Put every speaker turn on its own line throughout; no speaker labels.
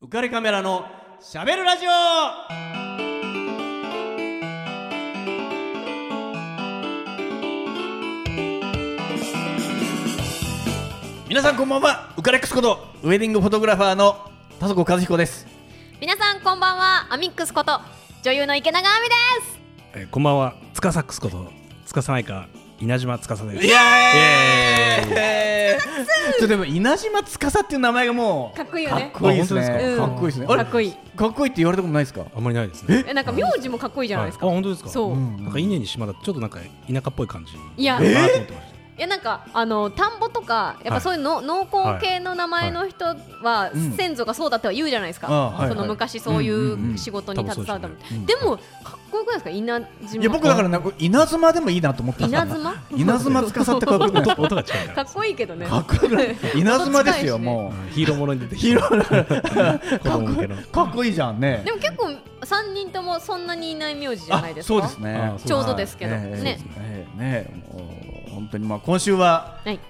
浮かれカメラのしゃべるラジオ皆さんこんばんは浮かれックスことウェディングフォトグラファーの田底和彦です
皆さんこんばんはアミックスこと女優の池永亜美です
えーこんばんは、つかサックスこと、つかさないか、稲島つかさです。
イエーイちょっとでも稲島司っていう名前がもう
かっこいいよね
かっこいいですね
あ本当です
か
かっこいいですね、
か
あれ
っこいい
かっこいいって言われたことないですか
あんまりないですね。
えなんか名字もかっこいいじゃないですか、
はいあ、本当ですか。
そう、
ん
なんか稲に島だと、ちょっとなんか田舎っぽい感じ。
いや、
か
い
なと思ってまし
やなんかあの田んぼとかやっ
は
ぱ
い
そういうの、農耕系の名前の人は、
いうん
先祖がそうだっては言うじゃないですか、
ああはいはい
その昔そうい
んうんう
うんう仕事に携わったみたいな、
うん
でもかっこよくないですか稲島
いや僕だから
か
なんか稲妻でもいいなと思って
稲妻
稲妻司ってかっこよくない
た。音が近いか。
からっこいいけどね
かっこよくない 稲妻ですよ
音近いしね
も
うんヒーローものに出て
う
き
ヒーロー
ー子供向け の。
かっこいいじゃんね
でも結構三人ともそんなにいない名字じゃ
あ
ないですか
そうですね
あそう
ちょうどですけど、
はいええ
ね
ええねえもう本当にまあ今週は
はい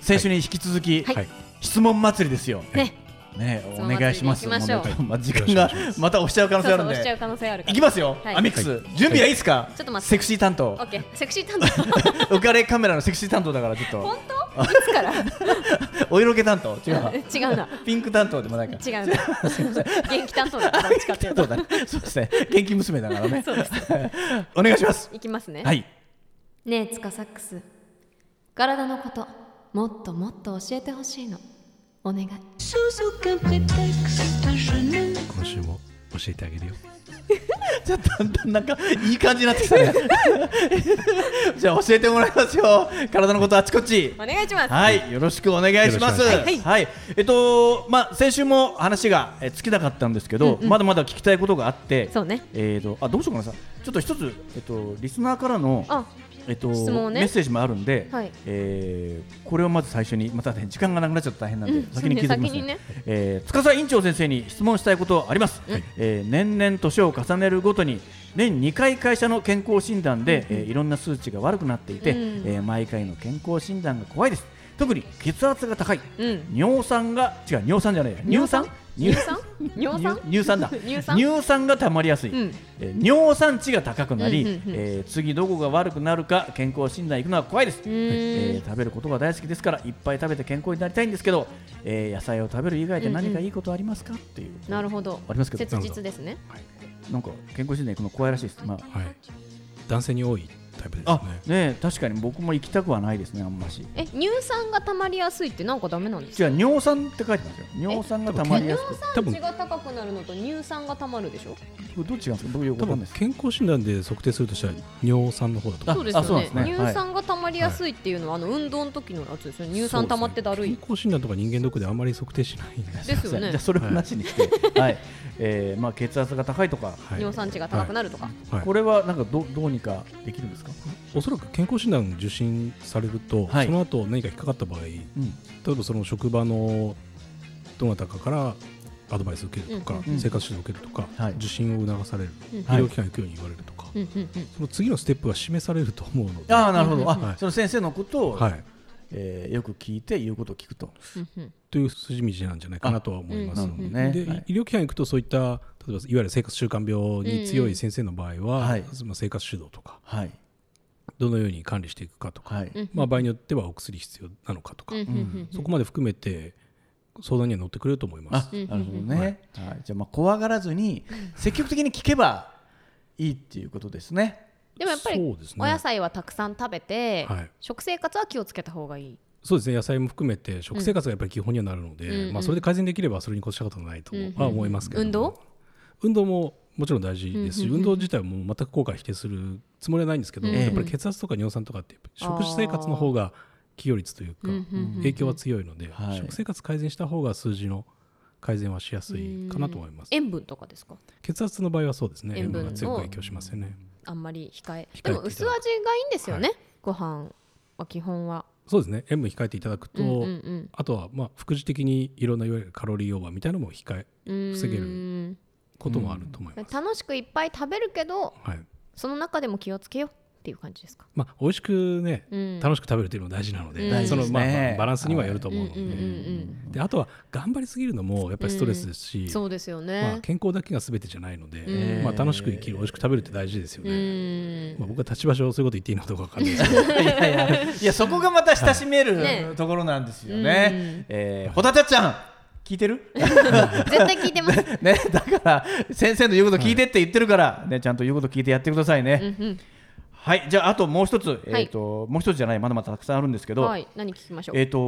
先週に引き続き
はい
はい
質問祭りですよ
ね
ねえ
質
お
問祭り
願いします
行きましょう
もねまあ時間がまた押しちゃう可能性
そ
あ
う
る
そ
ん
うしちゃ
で
う可能性あるから
いきますよ
はい
アミックス
はい
準備はいいですか
ちょっと待って
セクシー担当
オッケーセクシー 担当
浮かれカメラのセクシー担当だからちょっと
本 当いつから
お色気担当違うわ
違うな
ピンク担当でもないか
違 うな元気担当だどっちかっていう
そう
と
だね。 そうですね。元気娘だからね。
そうです
お願いします。
いきますね、
はい。
ねえつかサックス体のこともっともっと教えてほしいのお願い
Sous aucun prétexte, à genoux.
今週も教えてあげるよ。
じゃあだんだんなんかいい感じになってきたね。じゃあ教えてもらいますよ。体のことあちこち
お。願いします
はい、よろしくお願いします。
よろしくお
願いします
はい、えっと、まあ、先週も話がえ尽きなかったんですけど、まだまだ聞きたいことがあって。
そうね
えっと、あ、どうしようかなさ。ちょっと一つ、えっと、リスナーからの。
あ
えっと、
質問をね
メッセージもあるんで、
はい
えーこれをまず最初にまたね時間がなくなっちゃったら大変なんで、
うん
先に聞いておきますね
そうね
えー司院長先生に質問したいことあります、えー年々年を重ねるごとに年2回会社の健康診断で、えーいろんな数値が悪くなっていて、
うん
えー毎回の健康診断が怖いです特に血圧が高い、
うん
尿酸が違う尿酸じゃない乳
乳
酸
酸乳酸
乳
尿酸
乳酸だ
乳酸
乳酸がたまりやすい、
うん
えー尿酸値が高くなり、
うんうんうん
えー次どこが悪くなるか健康診断行くのは怖いです、
う
えー
ーん
食べることが大好きですからいっぱい食べて健康になりたいんですけど、えー野菜を食べる以外で何かいいことありますか、っていう
なるほど
ありますけど
切実ですね
なんか健康診断行くの怖いらしいです、まあ
はい。男性に多いタイプです
あ
ね。
ねえ確かに僕も行きたくはないですねあんまし
え乳酸がたまりやすいってなんかダメなんです
じゃあ尿酸って書いてますよ尿酸がたまりやすく
多
血
分、
が高くなるのと乳酸がたまるでしょ
これどっちが違うんですか僕よく
多
わかん
分
ないです
健康診断で測定するとしたら、尿酸の方だと
そ
思う。
うですよ
あそうなん
ね
ですね
乳酸がたまりやすいっていうのは、あの運動の時のやつですよね乳酸たまってだるい、
健康診断とか人間ドックであんまり測定しないんです。
ですよね
じゃあ それをなしにして、 はいえーまあ、血圧が高いとか、
はい
尿酸値が高くなるとか、
はい
これはなんかどどうにかできるんですか、
おそらく健康診断受診されると、
はい
その後何か引っかかった場合例
うん
えばその職場のどなたかからアドバイスを受けるとか、
うん
うん
生活指導を受けるとか、
はい
受診を促される、
うん
医療機関に行くように言われるとか、
うんうんうん
その次のステップが示されると思うので、
あ
は
あなるほど、あ
はい
その先生のことを、
い、
えーよく聞いて言うことを聞くと、
うんうん
という筋道なんじゃないかなとは思います
あうんなるほどね
で
はい
医療機関に行くとそういった例えばいわゆる生活習慣病に強い先生の場合は、
はい
まあ生活指導とか
はい
どのように管理していくかとか、
はい、
うん
まあ、場合によってはお薬必要なのかとか、
うんうんうん
そこまで含めて相談には乗ってくれると思いま
あ
す。
なるほどね、はい、じゃあまあ怖がらずに積極的に聞けばいいっていうことですね
でもやっぱり、
そうですね
お野菜はたくさん食べて、
はい
食生活は気をつけた方がいい、
そうですね野菜も含めて食生活がやっぱり基本にはなるので、
うんうん
まあ、それで改善できればそれに越したことはないと
うん
は思いますけども、
運動
運動ももちろん大事ですし、
うんうんうん
運動自体も全く効果を否定するつもりはないんですけど、
うん
うん
やっぱり血圧とか尿酸とかってやっぱり食生活の方が寄与率というか
うんうんうんうん
影響は強いので、
はい
食生活改善した方が数字の改善はしやすいかなと思います、
塩分とかですか
血圧の場合はそうですね
塩分
塩分
の
が強く影響しますよね
あんまり控え
控え
で
て
も薄味がいいんですよね、
は
ご飯は基本は
そうですね塩分控えていただくと、
うんうん
あとはまあ副次的にいろんないわゆるカロリーオーバーみたいなのも控え
うん
防げる
うん
こともあると思います。
楽しくいっぱい食べるけど
はい、
その中でも気をつけようっていう感じですか。
まあ、美味しくね、
うん
楽しく食べるというのも大事なので、
うん
そのまあ
大事ですね
まあバランスにはよると思うので,、
うんうんうん
であとは頑張りすぎるのもやっぱりストレスですし、
そうですよね。
まあ、健康だけが全てじゃないので、
うん
まあ、楽しく生きる美味しく食べるって大事ですよ
う
ね、
ん
まあ、僕は立場上そういうこと言っていいのかどうかわかんないですけど
いやいやいやそこがまた親しめ
ね
るところなんですよ
うん
ね。えーホタテちゃん聞いて る？
絶対聞いてます。
ねだから先生の言うこと聞いてって言ってるからねちゃんと言うこと聞いてやってくださいね。
うん
はいじゃああともう一つ
は
え
い
っともう一つじゃないまだまだたくさんあるんですけ
うん、
ど
はい、何聞きましょう。
えっと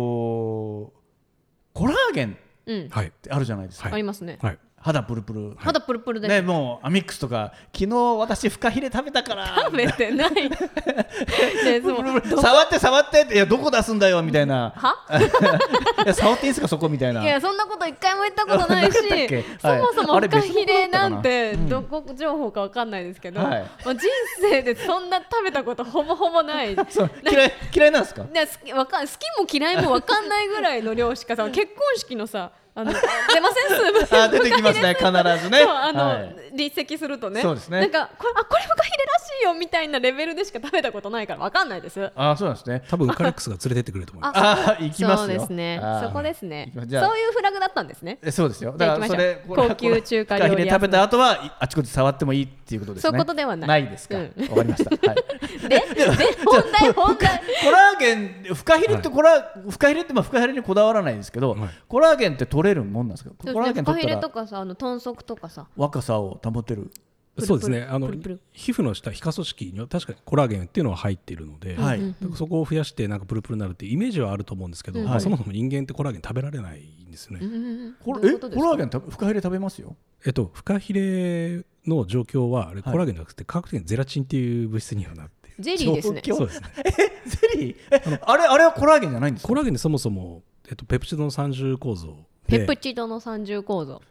コラーゲンっ
うん、
はい、
てあるじゃないですか。
ありますね。
はい、
肌プルプル。
肌プルプルで、
ねもうアミックスとか昨日私フカヒレ食べたから。
食べて ない。ねえ、でも、ど
触って触ってっていやどこ出すんだよみたいな。
はい
や触っていいですかそこみたいな。
やそんなこと一回も言ったことな いし
なんだっけ
そ
はい
もそも
あれ
フカヒレなんて
別の
どこ情報かわかんないですけど、
はい
まあ、人生でそんな食べたことほぼほぼない。ね
そう嫌い嫌いなんですか。
好きわかん好きも嫌いもわかんないぐらいの量し かさ結婚式のさあの出ませんスープ
あ出てきますね必ずね。
そうあの、
はい
離席するとね
そうですね
なんかこれあこれフカヒレらしいよみたいなレベルでしか食べたことないからわかんないです
あそうなんですね。
多分カレックスが連れてってくれると思います
あ行きますよ。
そうですね
あー
そこですね
行きま
そう
じゃあ
いうフラグだったん ですね
えそうですよ。
じゃあ
だからそ
行
れ
きましょう高級中華料理
フカヒレ食べた後はいあちこち触ってもいいっていうことですね。
そういうことではない
ないですか。
う
わ、
ん
かりました。はい。
でで本題本題
コラーゲンフカヒレってコラ、フカヒレってまあフカヒレにこだわらないですけど、
はい
コラーゲンって取れるもんなんですか。
そう
コラー
で
ゲ
すね
ン
フカ
取
ヒレ
った
と
ら
かさあの豚足とかさ
若さを保てる。
プルプル
そうですねあの
プルプル
皮膚の下皮下組織には確かにコラーゲンっていうのは入っているので、
はい
そこを増やしてなんかプルプルになるっていうイメージはあると思うんですけど、
ん
ま
は
あ、
い
そもそも人間ってコラーゲン食べられないんですよね、
コラ
どういう
え
こ
コラ
と
ー
ですか
ゲン食べフカヒレ食べます よ。
えっと、フカヒレの状況はあれコ
はい
ラーゲンじゃなくて化学的にゼラチンっていう物質にはなって
ジェリーですね
状況
そうですね
えゼリーえあれあれはコラーゲンじゃないんですか
コラーゲンってそもそも、えっと、ペプチドの三重構造で
ペプチドの三重構造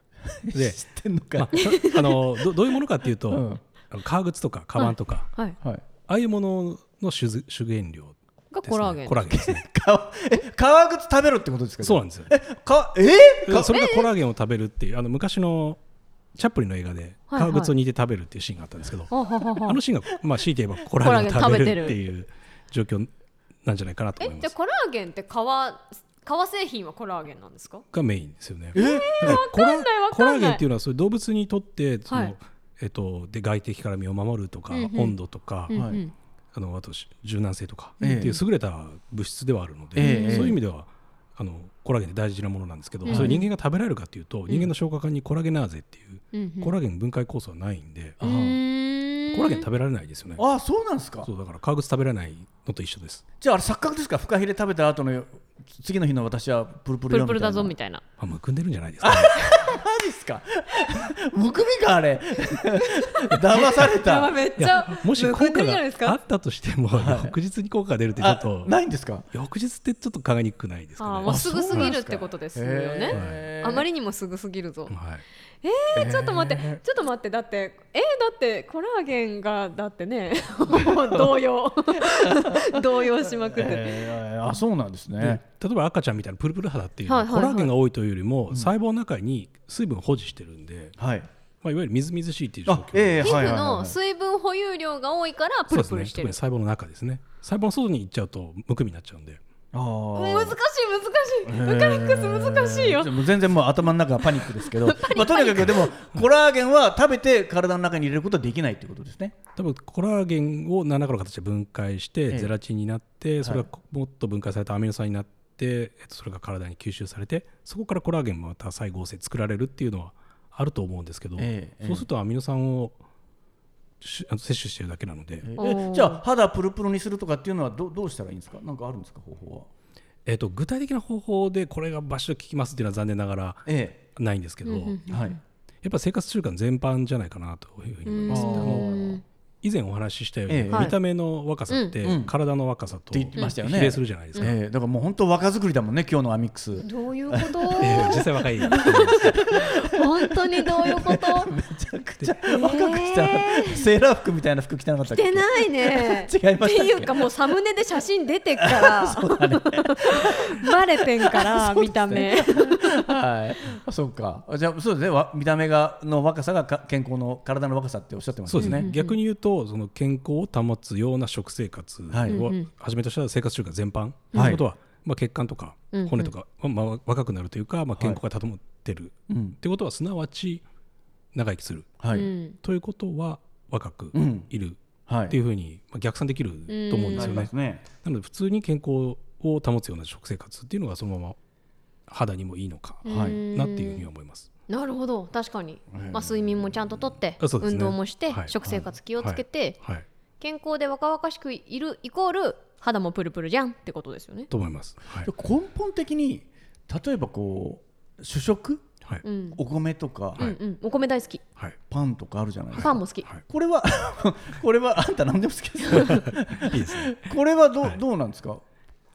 で、
知ってんのか
まあ、あのどどういうものかっていうと、
うん
あの革靴とかカバンとか、
はい
はい
ああいうものの主ず主原料
が
ですね
コラーゲン
コラーゲンですね
かえ革靴食べるってことですか
そうなん
ん
ですよ
えかえー、か
それがコラーゲンを食べるっていうあの昔のチャップリンの映画で
はい
革靴を煮て食べるっていうシーンがあったんですけど、
はははは
あのシーンが、まあ、強いて言えばコラーゲンを食べるっていう状況なんじゃないかなと
え
思いま
じゃあ
す
コラーゲンって皮皮製品はコラーゲンなんですか
がメインですよね。
え
だからコラ
わかんないわかんない
コラーゲンっていうのはそういう動物にとってその、
はい
えっと、で外敵から身を守るとか、
うんうん
温度とか、
んはい
うん
あのあとし柔軟性とかって
ええ
いう優れた物質ではあるので、
ええ
そういう意味ではあのコラーゲンって大事なものなんですけど、
うん
それ人間が食べられるかっていうと、人間の消化管にコラゲナーゼっていう、
うんうん
コラーゲン分解酵素はないんで、
うーん
コラーゲン食べられないですよね。
あそうなんですか
そうだから革靴食べられないのと一緒です。
じゃああれ錯覚ですかフカヒレ食べた後の次の日の私はプルプル
プル
よ
プルだぞ
み
みたいな
あむくんでるんじゃないですか、ね。
たいなマジっすかむくみかあれ騙され
や
た
ばいめっ
い
ち
や
ゃ
もし効果
じゃない
が
です
あ
か
ったとして も、翌日に効果が出るってちょっ
あ
と
ないんですか
翌日ってちょっと考えにくくないです
あ
か
ー
ね。
もう
は
すぐすぎるってことですよね、
へー
あまりにもすぐすぎるぞ
い、
えー、ちょっと待ってちょっと待ってだってえー、だってコラーゲンがだって ねもう動揺動揺しまくってて、
えーあそうなんです
で
ね
例えば赤ちゃんみたいなプルプル肌っていうのは
はい
コ
はいはい
ラーゲンが多いというよりも細胞の中に水分を保持してるんで、
はい
まあ、いわゆるみずみずしいっていう状
あ
況
ええ
皮
はいはい
膚
はいは
の
い
水分保有量が多いからプ
そう
ル
です
プ
ね
ルして
特に
る、
細胞の中ですね細胞の外に行っちゃうとむくみになっちゃうんで
あー
難しい難しいカレックス難しいよ
じゃあもう全然もう頭の中はパニックですけどまあ、とにかくでもコラーゲンは食べて体の中に入れることはできないっていうことですね
多分コラーゲンを何らかの形で分解して、
ええ
ゼラチンになってそれがこもっと分解されたアミノ酸になって、えっと、それが体に吸収されてそこからコラーゲンもまた再合成作られるっていうのはあると思うんですけど、
ええ
そうするとアミノ酸をしあの摂取してるだけなので、
え
おー
じゃあ肌プルプルにするとかっていうのはどどうしたらいいんですかなんかあるんですか方法は
えっと具体的な方法でこれが場所効きますっていうのは残念ながら
え
ないんですけど、や
えはい
っぱ生活習慣全般じゃないかなというふうに思い
あ
ます。
ーっ
以前お話ししたように、
ええ
はい
見た目の若さって、
うんうん
体の若さと
て言ってましたよね
比例するじゃないですか。
ええだからも う本当若作りだもんね今日のアミックス
どういうこと
ええ実際若い。
本本当にどういうこと
じゃあ若く着た、
え
セーラー服みたいな服着てなかった
着
っけ
てないね
違いましたっけ
っていうかもうサムネで写真出てっから バレてんから見た目、
はいあそうかあじゃあそうですねわ見た目がの若さがか健康の体の若さっておっしゃってました
そう
ね
ですね、逆に言うとその健康を保つような食生活を
はい
はじめとした生活習慣全般と
はい
いうことは、まあ、血管とか
うんうん
骨とか、まあまあ、若くなるというか、まあ、健康が保ってる、
うん
ってことはすなわち長生きする
はい、
うん
ということは若く
うん
いる
はい
っていうふうに、まあ、逆算できると思うんですよね。
ね
なので普通に健康を保つような食生活っていうのがそのまま肌にもいいのか
はい
なっていうふうには思います。
なるほど確かに、
うん
まあ、睡眠もちゃんととって、
あそうですね
運動もして、
はい
食生活気をつけて、
はい、
健康で若々しくいるイコール肌もプルプルじゃんってことですよね。
と思います。はい
で根本的に例えばこう主食
はい
うん、
お米とか、
うんうん、お米大好き
はい
パンとかあるじゃないですか、
パンも好き、
はい
これは これはあんた何でも好きですよ
いいですね。
これはど,、
は
う
い
どうなんですか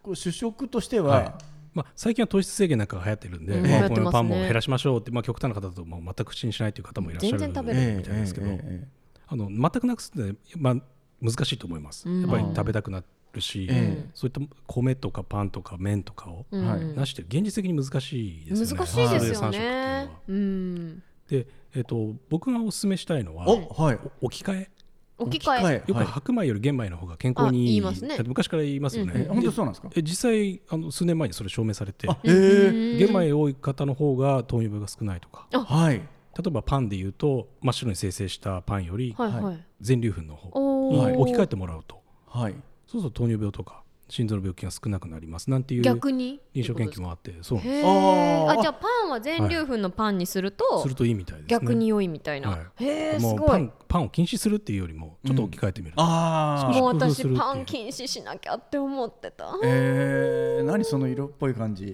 こう主食としては、
はいまあ、最近は糖質制限なんかが流行ってるんで、
うん
まあ
流行って
こ
ますね
のパンも減らしましょうって、まあ、極端な方だともう全く口にしないという方もいらっしゃる
全然食べ
ええ
る
みたいですけど、
えええ
あの全くなくすって、まあ、難しいと思います、
うん
やっぱり食べたくなるし、
ええ
そういった米とかパンとか麺とかを
うん
はい
なしって現実的に難しいですよね。
難しいですよ
それで三
ね
食っ。
うん、
ていうのはで、えっと僕がお勧めしたいのは
えおはい
お置き換え
置き換え
よく
はい
白米より玄米の方が健康にいい
あ言いますね
だって昔から言いますよね。
うん
え本当
で
そうなんですか
え実際あの数年前にそれ証明されて
あええ
うん
玄米多い方の方が糖尿病が少ないとか
はい
例えばパンで言うと真っ白に生成したパンより
はいは。
はい
全粒粉の方
お
に
お、
置き換えてもらうと
はい
そうすると糖尿病とか心臓の病気が少なくなりますなんていう臨
逆に
床研究もあってそう
へ
あ
ー
ー
あじゃあパンは全粒粉のパンにすると、
するといいみたいですね
逆に良いみたいな、
は
へえす
もう
ご
パ
いも
ンパンを禁止するっていうよりもちょっと置き換えてみる、
あ
う
あ
工夫す
私
るっていう
パン禁止しなきゃって思ってた
えー、何その色っぽい感 じ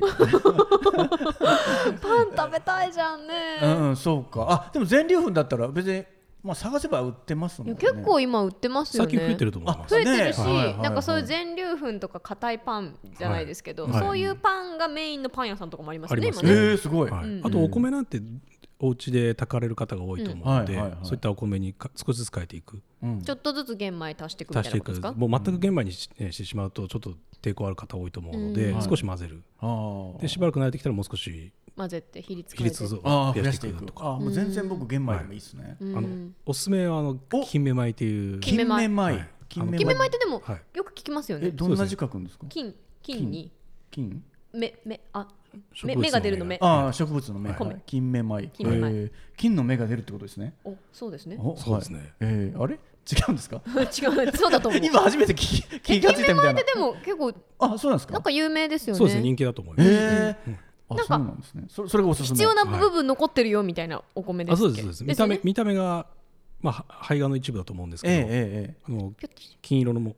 パン食べたいじゃんね、
うんそうかあでも全粒粉だったら別にまあ探せば売ってますもん
い
ね
や結構今売ってますよ
最
ね
近増えてると思います
増えてるし、
ねはいはいはい
なんかそういう全粒粉とか硬いパンじゃないですけど、
はいはい
そういうパンがメインのパン屋さんとかもありますよね
ありま
今
す
え
ね
ね
ー、すごい、
はい
うん
あとお米なんてお家で炊かれる方が多いと思うので、
うんはいはいはい
そういったお米にか少しずつ変えていく
うん
ちょっとずつ玄米足していくみ
足
た
し
いない
て
ことで
く
すか
もう全く玄米にし,、してしまうとちょっと抵抗ある方多いと思うので、
うん
はい
少し混ぜる
あー
でしばらく慣れてきたらもう少し
混ぜて比率
比
変えて
率を
あー
増
増
や
や
し
してて
い
い
く
く
とか
あーもう全然僕玄米でもいいですね、
うん
あのおすすめはあの
お
金目米っていう
金
金目
目米
米、
はい
金目
金目米ってでも
はい
よく聞きますよ
え
ね
どんな字書くんですか
金金に
金
目目あ
植
目
物
目
の
が出るの目
ああ植物の芽、
はい
はい金目米
金目米
えー金の芽が出るってことですね
おそうですね
お
そうですね
はいえーあれ違うんですか
違うそうだと思う
今初めて聞き聞きがついたみたいな
ででも結構
あそうなんですか
なんか有名ですよね
そうですね人気だと思います、
えーあ
なんか
そうなんですねそれそれがおすすめ
必要な部分残ってるよみたいなお米です
あ
っけ
そうですそうです見た
よ
目
ね
見た目がまあは胚芽の一部だと思うんですけ
え
ど、
ええ
あの
ピョッとし
金色のも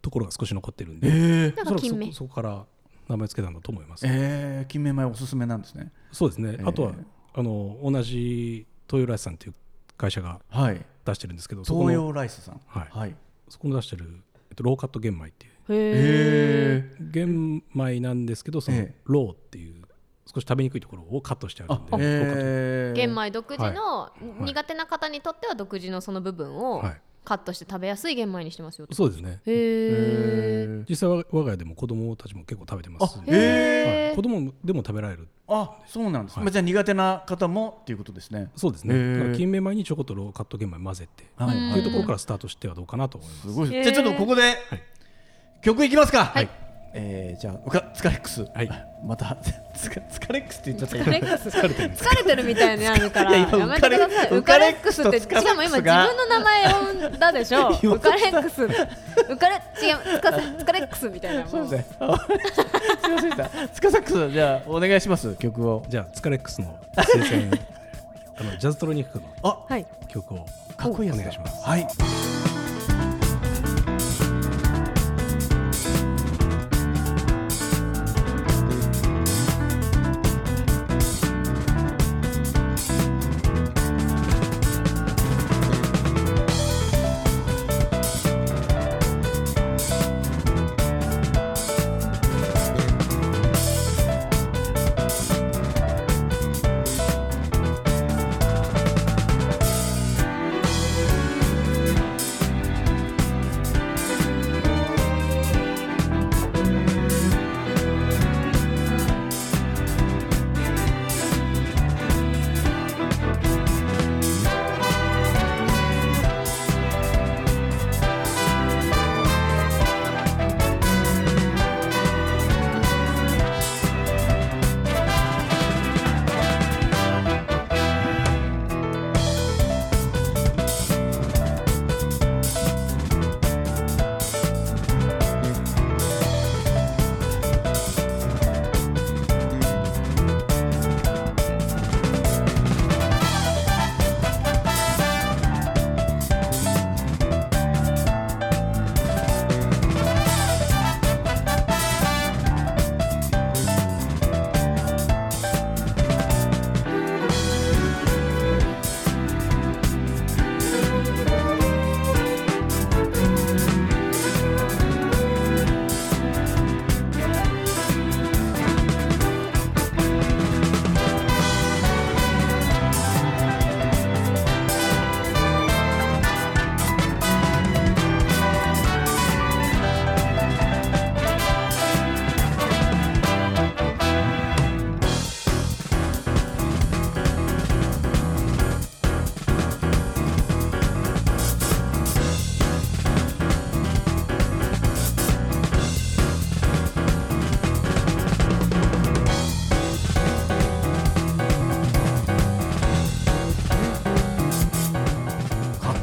ところが少し残ってるん
ええ
で、
え
なん
そ
から
そ
金目
こそこから名前つけたんだと思います、
えー、金目米おすすめなんですね
そうですね、
ええ
あとはあの同じ東洋ライスさんという会社が
はい
出してるんですけどそこ
東
の
洋ライスさん
はい
はい、
そこの出してる、えっと、ローカット玄米っていう
へえ
え
玄米なんですけどその
ええ
ローっていう少し食べにくいところをカットしてある
あ
んで、ローカット
えー、
玄米独自の
い
苦手な方にとっては独自のその部分を
はい
カットして食べやすい玄米にしてますよと
そうですね
へえ
えー
実際は我が家でも子供たちも結構食べてます
あ
し、
へえ
へ
は
え
い、子供でも食べられる
あそうなんです、
はい
まあじゃあ苦手な方もっていうことですね
そうです
へ
ね
え
だから金目米にちょこっとローカット玄米混ぜてっ
はい
うん
ていうところからスタートしてはどうかなと思います
すごいです、
へー
じゃあちょっとここで、曲いきますかはいえーじゃあうか疲れックス、
はい
またつか疲れックスって言っちゃったけど
疲れ疲れてる疲れてるみたいになるから
いや今
やめてください
ウ
ウ
カ
カ
レッ
レッ
ク
ク
ス
ス
と
ってし
ツカ
かも今
ツ
自
カ
分の名前を呼んだでしょ
言おう
ウ
と
カ
し
レ
た
ックスウカレ違うウカレウカレックスみたいな
そう
も
です
う
ねあすいませんでしたつかさックスじゃあお願いします曲を
じゃあ、スカレックスの生鮮あのジャズトロニックの
あ
はい
曲を
かっこいいやつだ
お願いします
はい
「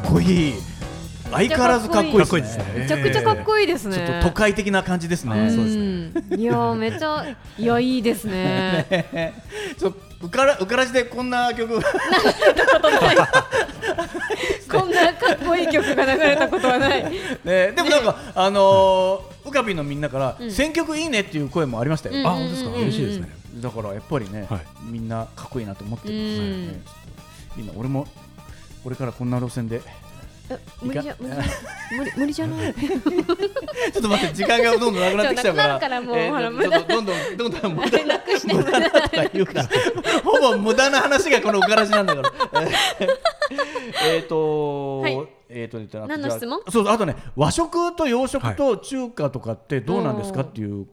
こいい相変わらずかっこいいですね
めちゃくちゃかっこいいですね。
ちょっと都会的な感じですね。
そうで
う
す
んいやーめっちゃいやいいですね。
ちょっとうからうからじでこんな曲
こんなかっこいい曲が流れたことはない。
ねでもなんか、あのー、うかびのみんなから、選曲いいねっていう声もありましたよ、
あ本当ですか
うん
嬉しいですね
だからやっぱりね、
はい
みんなかっこいいなと思ってる、
うん
ねちょっと今俺もこれからこんな路線 で
え無理じゃ無理じゃ無理無理じゃ ない。
ちょっと待って時間がどんどんなくなってきちゃうから
そうなくなるからもう
えー
ほ
ち
ら
ょっとちょっとどんどんどんどん無 駄な無駄なとか言うからほぼ無駄な話がこのおからしなんだ からえっと
はい
えーとねじゃあ
何の質問
そうそうあとね和食と洋食と中華とかってどうなんですかっていう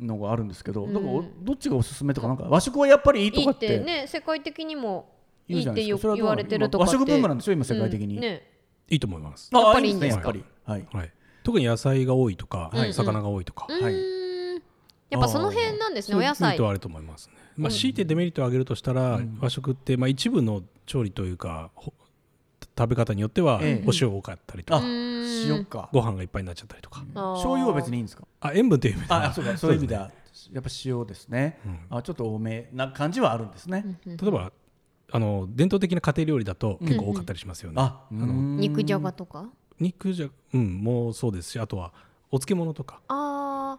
のがあるんですけど、なんかおどっちがおすすめとかなんか和食はやっぱりいいと
いい
かっ
っててね世界的にもい
言う
い
じゃ
っ
ない
て
です
よ
かそれはど
言
うな
わ
の
れてるとか
和
って。
食ブームなんでしょ今世界的に、
うんね
いいと思います
あ
やっぱ
い
り
いですねやっ
いいんです
ぱ
か
りはい
はい特に野菜が多いとか
はい
魚が多いとか
う
はい
ーんやっぱその辺なんですねお野
そういうメリッ
菜。
トはあると思いますね。まあ、強いてデメリットを挙げるとしたら、和食って、まあ、一部の調理というかほ食べ方によっては
ええ
お塩多かったりと
あ
か、
塩か
ご飯がいっぱいになっちゃったりとか、
醤油は別にいいんですか
あ塩分という意味では
あ、そうか、そういう意味では、やっぱ塩ですね。あ、ちょっと多めな感じはあるんですね。
例えばあの伝統的な家庭料理だと結構多かったりしますよね。
あ、あの、
肉じゃがとか。
肉じゃ、うん、もうそうですしあとはお漬物とか
あー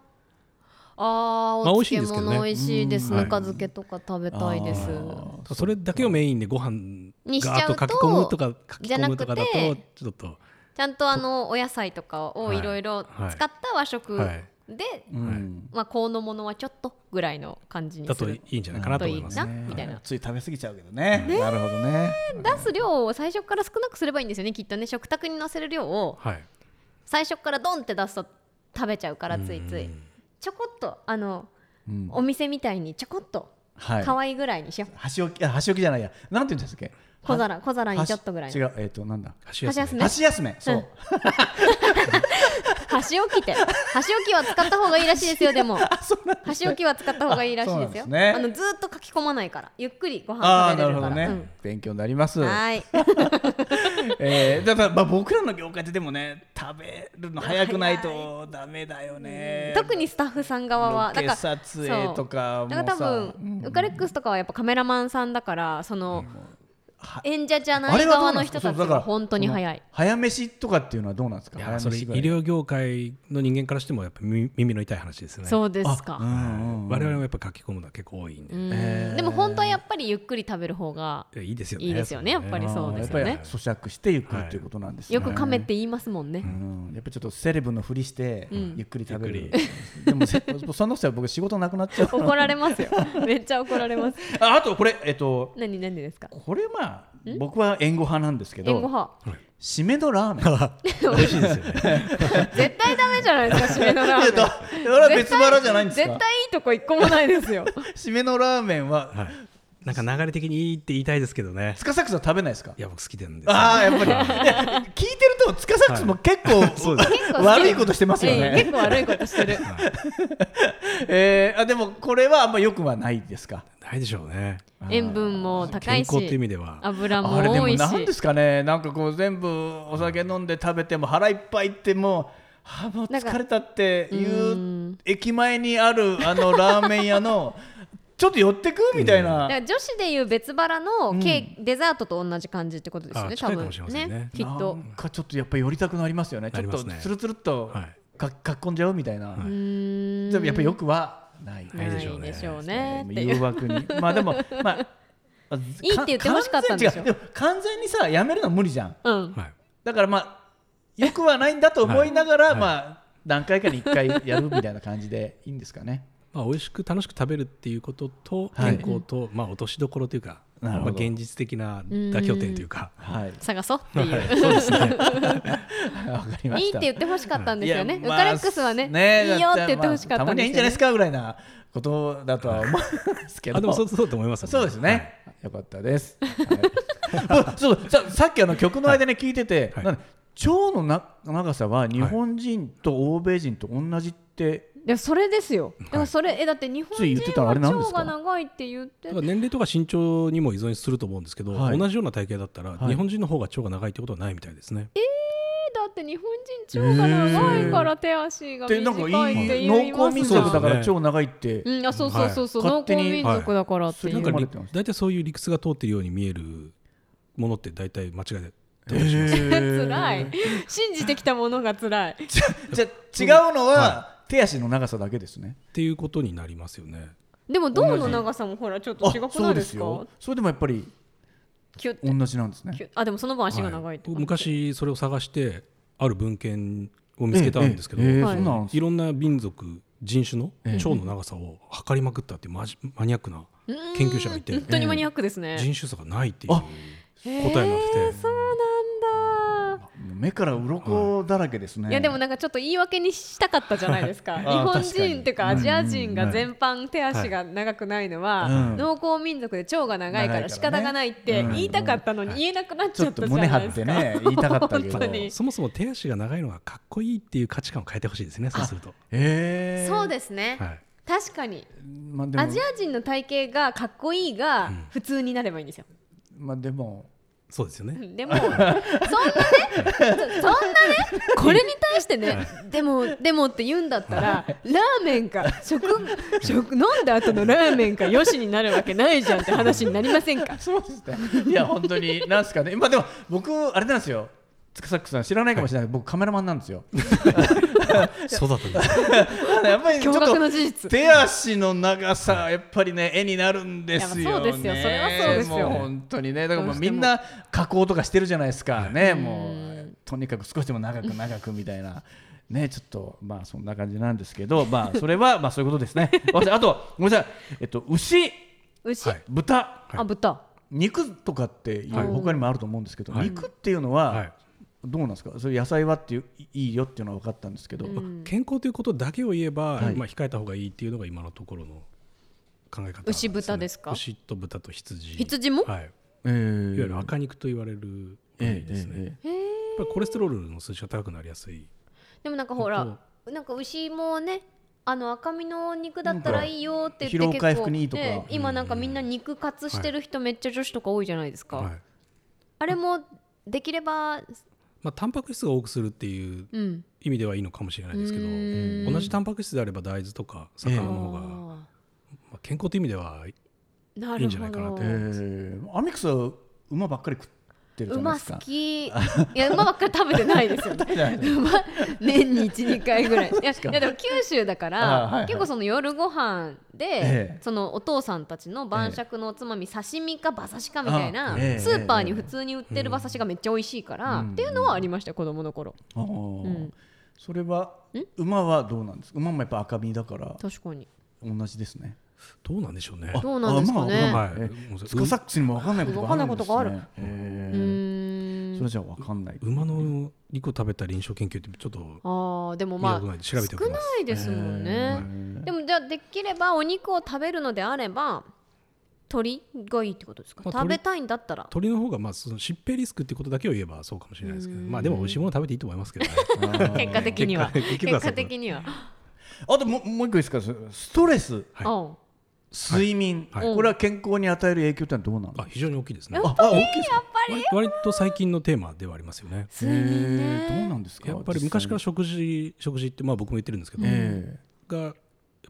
あー
まあ
お
美味しい
漬
んですけどね
物美味しいです
うん
ぬか漬けとか食べたいです。
それだけをメインでご飯
にしち
ガー
ゃ
ッ
うと
とかき込むとかかき
じゃ
込
な
む
くて
とかだとちょっと
ちゃんとあのお野菜とかをいろいろ使った和食
はい
で、
うん。
まあこのものはちょっとぐらいの感じに
だ
す
とい
る。
いんじゃないかなと思います
う
ね。
んみたいな
つい食べ過ぎちゃうけどね。なるほどね。
出す量を最初から少なくすればいいんですよねきっとね食卓に載せる量を
はい、
最初からドンって出すと食べちゃうからついつ
う
い
ん
ちょこっとあの、
うん
お店みたいにちょこっと
はい。
可愛いぐらいにしよう、
箸置き、あ箸置きじゃないや。なんて言うんですっけ。
小皿小皿に
箸
ちょっとぐらい
違
の
う、えっと、なんだ。
箸休
箸休
め
め。
箸休め。そううん
箸置きって箸置きは使った方がいいらしいですよでも
そうなん
箸置きは使った方がいいらしいです
あそう
よ
なんですね
あのずーっと書き込まないからゆっくりご
ああ、
飯食べ
なる
れる
ほ
か
ど
ら
ね。勉強になります。
うんはい
えーだから、まあ、僕らの業界ででもね、食べるの早くないとダメだよね。
特にスタッフさん側は
ロケ
なんか
撮影とか
そ
も
うだから多分ウカレックスとかはやっぱカメラマンさんだからその
は
演者じゃな
あれ
い
はどう
側
な
の
んです
人
か
たち
そうだから
が本当に早い
その早飯とかっていうのはどうなんですか
い
早
やそれ
飯
医
ぐらい
療業界の人間からしてもやっぱ耳耳の痛い話ですよね。
そうですか
うんうん
我々もやっぱ書き込むのは結構多いんで、
う
い
んでも本当はやっぱりゆっくり食べる方が
やいいですよね。
いいですよねやっぱりそうですよ
やっ
ね
ぱり咀嚼してゆっくりということなんですね
よく噛めって言いますもんね
うんやっぱちょっとセレブのふりしてゆっくり食べ
ゆ
る
っく
でもせ そんなことしたら僕仕事なくなっちゃう
怒られますよめっちゃ怒られます
ああとこれえっと
何何ですか
これまあ僕は援護派なんですけ
援護
ど
派
締めのラーメ ン
美味しいですよね。
絶対ダメじゃないですか締めのラーメン
いや だそれは別腹じゃないんですか
絶対いいとこ一個もない ですよ
締めのラーメンは
はい。なんか流れ的にいいって言いたいですけどね
つ。かさくさん食べないですか
いや僕好きなんですよ。
ああやっぱ りいや聞いてるとつかさくさんも結構
そうです
結構好き
悪いことしてますよ
ええ
ね
結構悪いことしてる
えー、あでもこれはあんま良くはないですか。
ないでしょうね。
塩分も高
健
いし
康っていう意味では。
油も
あれで
多
も
いし
なんですかね。なんかこう全部お酒飲んで食べても腹いっぱいいってもうはあもう
なんか
疲れたっていうう駅前にあるあのラーメン屋のちょっと寄ってくみたいな。
だから女子でいう別腹のケーキ、デザートと同じ感じってことですよね、
あ
多
近いか
分
もしれませんね
きっと
な。んかちょっとやっぱり寄りたくなりますよね。ち
な
ょ
り
っ
ま
と
すね
つるつるっと
はい
かかっこんじゃうみたいな。
うーん
でもやっぱり良くはない。
ないでしょうね
ないでしょうねっていう
誘惑に。 まあでもまあ。あ
いいって言って欲しかったんでしょ
完全に違うも完全にさやめるのは無理じゃん。
うん、
はい。
だからまあよくはないんだと思いながら、
はいはい
まあ何回かに1回やるみたいな感じでいいんですかね。
まあ美味しく楽しく食べるっていうことと
はい
健康とまあ落としどころというか、
なる
ま
ほ
あ
ど
現実的な妥協点というか。
はい、
探そうっていう、
そうですね。
わかりま
い、い
し
って
た。
言って欲しかったんですよね、
いや
ウ
まあ
カレックスはねいいよって言って欲しかった
まあたまに
んで
はいいんじゃないです
か
かぐらいなことだとは思うんですけど。
あでもそうそうと思いますよ。
そうですね。よかったです。はい そうささっきあの曲の間に聞いてて、
はい
なんで腸のな長さは日本人と欧米人と同じって
やそれですよ。だからそれ、えだって日本
つい言って
人
たらあ
は
れなんですか
腸が長いって言って
だから年齢とか身長にも依存すると思うんですけど、
はい
同じような体型だったら、
はい
日本人の方が腸が長いってことはないみたいですね。
だって日本人腸が長いから手足が
でなんか
短いって
いい
言い
農
ま
耕民
すじゃ
族
ん
だから
そうですね
超長いって
うん、あそうそうそうそう、
はい
農耕民族だからっていう、
は
な
それ生
いんかり
まれてます
大体そういう理屈が通ってるように見えるものって大体間違いで
えー
辛い信じてきたものが辛い
じゃあ違うのは手足の長さだけですね
っていうことになりますよね。
でも胴の長さもほらちょっと違く
そ
な
う
い
で
ですすか
よそれでもやっぱり
キュッて
同じなんですね
キュッあでもその分足が長いって、
はい昔それを探してある文献を見つけたんですけど、
ええええ
はい
そうなんです
いろんな民族人種の腸の長さを測りまくったっていうマジマニアックな
うーん
研究者がいて
本当にマニアックですね、
人種差がないっていう
あ
答えになってて、
そうなんだ
目から鱗だらけですね
いやでもなんかちょっと言い訳にしたかったじゃないですか日
確
本
かに
人っていうかアジア人が全般手足が長くないのは、
うん
農耕民族で腸が長いから仕方がないって言いたかったのに言えなくなっ
ち
ち
ょ
ゃ
っ
っ
と
たじゃ
胸
な
張
いで
っ
す
て
か。
ね言いたかったけ
本
ど
当に
そもそも手足が長いのがかっこいいっていう価値観を変えてほしいですねそうすると。
ええ
そうですね、
はい
確かに
まあでも
アジア人の体型がかっこいいが普通になればいいんですよ、
まあでも
そうですよね。
でもそんなねそそんなねこれに対してねでもでもって言うんだったらラーメンか食食飲んだ後のラーメンかよしになるわけないじゃんって話になりませんか
そうですね。いや、本当に、なんすかね、まあ、でも、僕、あれなんですよ。つくさくさん、知らないかもしれないけど、僕、カメラマンなんですよ。
そうだったんです。
た だやっぱり、ちょっ
驚愕の
と。
事実
手足の長さ、やっぱりね、絵になるんです
いや
よ、
そう
ね。
ですよそれはそうですよ
もう本当にね、だから、もう
どう
み
しても
んな加工とかしてるじゃないですか、ね、もう。とにかく少しでも長く長くみたいな。ね、ちょっとまあそんな感じなんですけど、まあそれはまあそういうことですね。 私あとごめんなさい、えっと牛、
牛、
はい
豚、
あ豚
肉とかっていう、
はい
他にもあると思うんですけど、
はい
肉っていうのは、
はい
どうなんですかそれ野菜はっていういいいよっていうのは分かったんですけど、
健康ということだけを言えば、
はい
まあ控えた方がいいっていうのが今のところの考え方なんですね、
牛豚ですか
牛と豚と羊。
羊も
はい。
え
い
ー
わゆる赤肉と言われる部
え
位
え
ですね。
え
やっ
えええ
ぱりコレステロールの数値が高くなりやすい。
でもなんかほらなんか牛もねあの赤身の肉だったらいいよって言って
疲労
結構
回復にいいとか
ええ今なんかみんな肉活してる人めっちゃ女子とか多いじゃないですか、
はい。
あれもできれば
まあタンパク質が多くするっていう
うん
意味ではいいのかもしれないですけど、同じタンパク質であれば大豆とか魚の方が、ま
あ
あ、健康という意味では
ーない
い
る
んじゃないかな
ほ
と
ど
えーアミックスは馬ばっかり食ってるじゃない
馬
ですか
好きいや馬ばっかり食べてないですよね馬年に12回 ぐらいいやいやでも九州だか
あはいは
ら
い
結構その夜ご飯で、
ええ
そのお父さんたちの晩酌のおつまみ、刺身か馬刺しかみたいな、
あええ
スーパーに普通に売ってる馬刺しがめっちゃ美味しいから、
うん
っていうのはありましたよ子供の頃
あー
うん
それは馬はどうなんですか馬もやっぱ赤身だから
確かに
同じですね
どうなんでしょうね。
どうなんですかね
あ馬は馬
は
はいえつかさっくにも分かんないことがあるんですね
分かんないこ
え
う
ー
ー
それ
ん
じゃ分かんない
馬の肉を食べた臨床研究ってちょっと
あーでも
見た
ま
こ
あ
とないんで調べておき
少
ま
な
す。
いですもんね、
えー
でもじゃあできればお肉を食べるのであれば鳥がいいってことですか、
まあ
食
鳥
べたいんだったら
鳥の方がまあその疾病リスクってことだけを言えばそうかもしれないですけど、まあでも美味しいもの食べていいと思いますけ どね。
結果的には
結果
結
結局はそう
果的には
あともうもう一個いいですかストレス
はい
おう
睡眠、
はい
これは健康に与える影響ってのはどうなの
あ非常に大きいですね。
ああ大きいですか
割割と最近のテーマではありますよね。
睡眠
へーどう
ね
なんですか
やっぱり昔から
実
食事食事ってまあ僕も言ってるんですけど、
際にえ
がやっ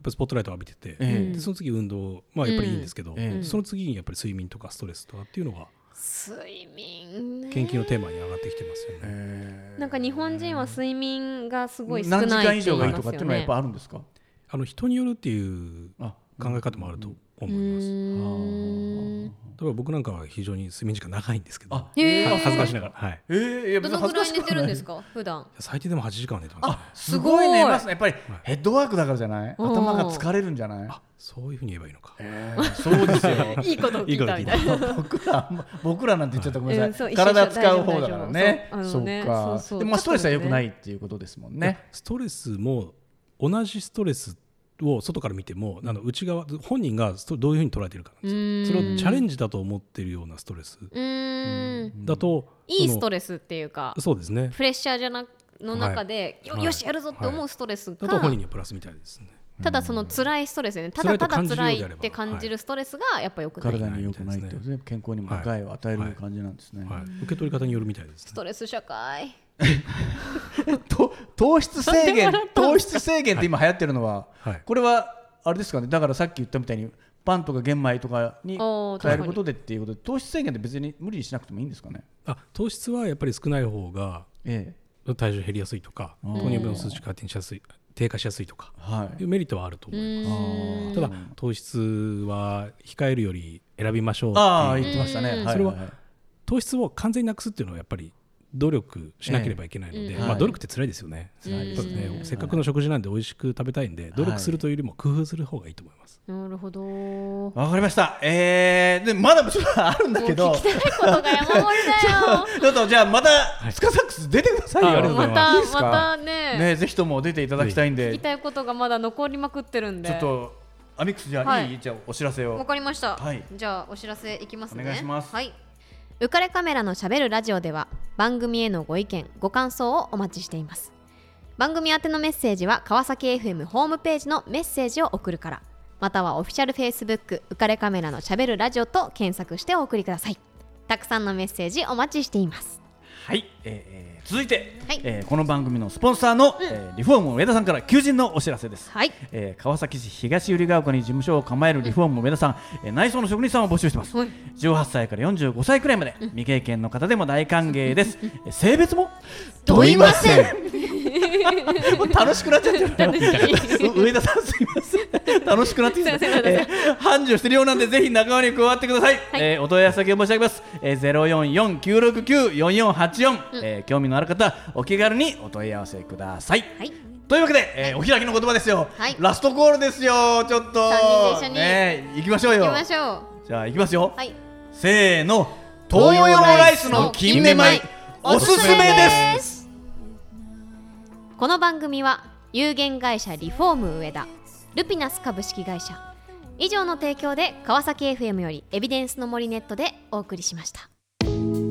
ぱスポットライトを浴びてて、
ええ
でその次運動まあやっぱりいいんですけど、
うんええ
その次にやっぱり睡眠とかストレスとかっていうのが
睡眠ね
研究のテーマに上がってきてますよね。
え
なんか日本人は睡眠がすごい少ない
何時間以上がいい
っ
とかって
て
いう
言
のはや
い
っ
ま
ぱあるんですか
あの人によるっていう
あ
考え方もあると思
すよ
い
ね
ます。例
あ
うーん
ー
えば僕なんかは非常に睡眠時間長いんですけど、
あ
は
へ
い
ー
恥ずかしながら、はい、
えーいや
ど
別に
の
恥ず
ぐ
からし
い
く
寝
は
て
な
る
い
んですか普段
最低でも8時間は寝てます、ね。
あすごい寝ますねやっぱり
はい
ヘッドワークだからじゃない
うん
頭が疲れるんじゃない
あそういうふうに言えばいいのか。
えーそうですよ
いいことを聞いたみたい な
僕らあんま僕らなんて言っちゃったらごめんなさ
うん
い
そう一緒一緒
体使う方だからね
大丈
そう
夫大丈夫そうあのね
か
そうそう
でもまあストレスは良く
ちょっとね
ないっていうことですもんね
ストレスも同じストレスを外から見てもあの内側本人がストどういうふうに捉えてるかなんですよそれをチャレンジだと思ってるようなストレス
うーん
だと、
いいスト
レ
レスっていうか
そうですね
プレッシャーじゃなの中で、
はい
よよしやるぞって思うストレス
だ
が、
と本人にはプラスみたいですね。
ただその辛いストレスねた
辛
だた
いと
だ
感じる
辛
よう
い
であれば
って感じるストレスがやっぱ良くない、
体に良くないってことですね健康にも害を与える感じなんですね、
はい、受け取り方によるみたいです
ス
ね。
トレス社会
と糖質制限
なんで笑ったん
糖
です
質制限って今流行ってるのは、
はい
これはあれですかねだからさっき言ったみたいにパンとか玄米とかに
あー
変えることでっていうことで糖質制限って別に無理にしなくてもいいんですかね
あ糖質はやっぱり少ない方が
え
体重減りやすいとか糖尿病の数値が低下しやすい低下しやすいとか
えはい
いうメリットはあると思
う
います。
ーん
ただ糖質は控えるより選びましょうって
ああ
いう
言ってましたね、
うん
いいい
それは糖質を完全になくすっていうのはやっぱり努力しなければいけないので、
ええ
うん
まあ、努力って辛いですよね,、
辛いですね
ねせっかくの食事なんで美味しく食べたいんで努力するというよりも工夫する方がいいと思います。
なるほど
わかりましたえー、でまだちょっとあるんだけど
もう聞きたいことが山盛りだよ
ちょっとじゃあまたスカサックス出てくださいよ、
あありがとうござい
ま
い
ます
い
た
ですか
またね
ねぜひとも出ていただきたいん
聞
で
きたいことがまだ残りまくってるんで
ちょっとアミックスじゃあ、い、い
はい
じゃあお知らせを
わかりました、
はい
じゃあお知らせいきますね
お願いします
はい浮かれカメラのしゃべるラジオでは番組へのご意見ご感想をお待ちしています番組宛てのメッセージは川崎 FM ホームページのメッセージを送るからまたはオフィシャル Facebook 浮かれカメラのしゃべるラジオと検索してお送りくださいたくさんのメッセージお待ちしています
はい、えーえー続いて、
はい
えーこの番組のスポンサーの、えーリフォーム上田さんから求人のお知らせです、
はい
えー川崎市東百合ヶ丘に事務所を構えるリフォーム上田さん、えー内装の職人さんを募集してます、
はい
18歳から45歳くらいまで未経験の方でも大歓迎 です、えー性別も
問いません
もう楽しくなっちゃってるからう上田さんすいません楽しくなってきた、
すいませんすいま
えー繁盛してるようなんでぜひ仲間に加わってください、えーお問い合わせ先を申し上げます、えー、044-969-4484、えー興味のある方お気軽にお問い合わせください、
はい
というわけで、えーお開きの言葉ですよ、
はい
ラストコールですよちょっと
三人で一緒に
ね行きましょうよ
行きましょう
じゃあ行きますよ、
はい
せーの東洋のライスの金目米おすすめです
すこの番組は有限会社リフォーム上田ルピナス株式会社以上の提供で川崎 FM よりエビデンスの森ネットでお送りしました
「